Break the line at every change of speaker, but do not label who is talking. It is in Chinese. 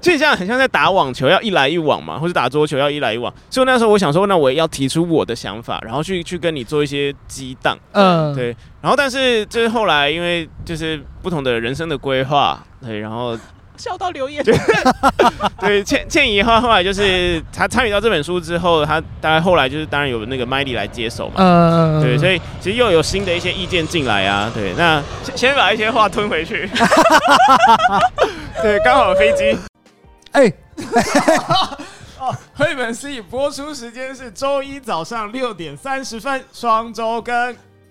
就像很像在打网球，要一来一往嘛，或者打桌球要一来一往。所以那时候我想说，那我也要提出我的想法，然后去去跟你做一些激荡。
嗯，
对，然后但是就是后来因为就是不同的人生的规划，对，然后
笑到流眼。
对 倩倩怡后后来就是她参与到这本书之后，她当然后来就是当然有那个麦莉来接手嘛，
嗯，
对，所
以
以其实又有新的一些意见进来啊，对，那先先把一些话吞回 去，对，刚好有飞机，
哎，
绘本 C 播出时间是周一早上六点三十分，双周更，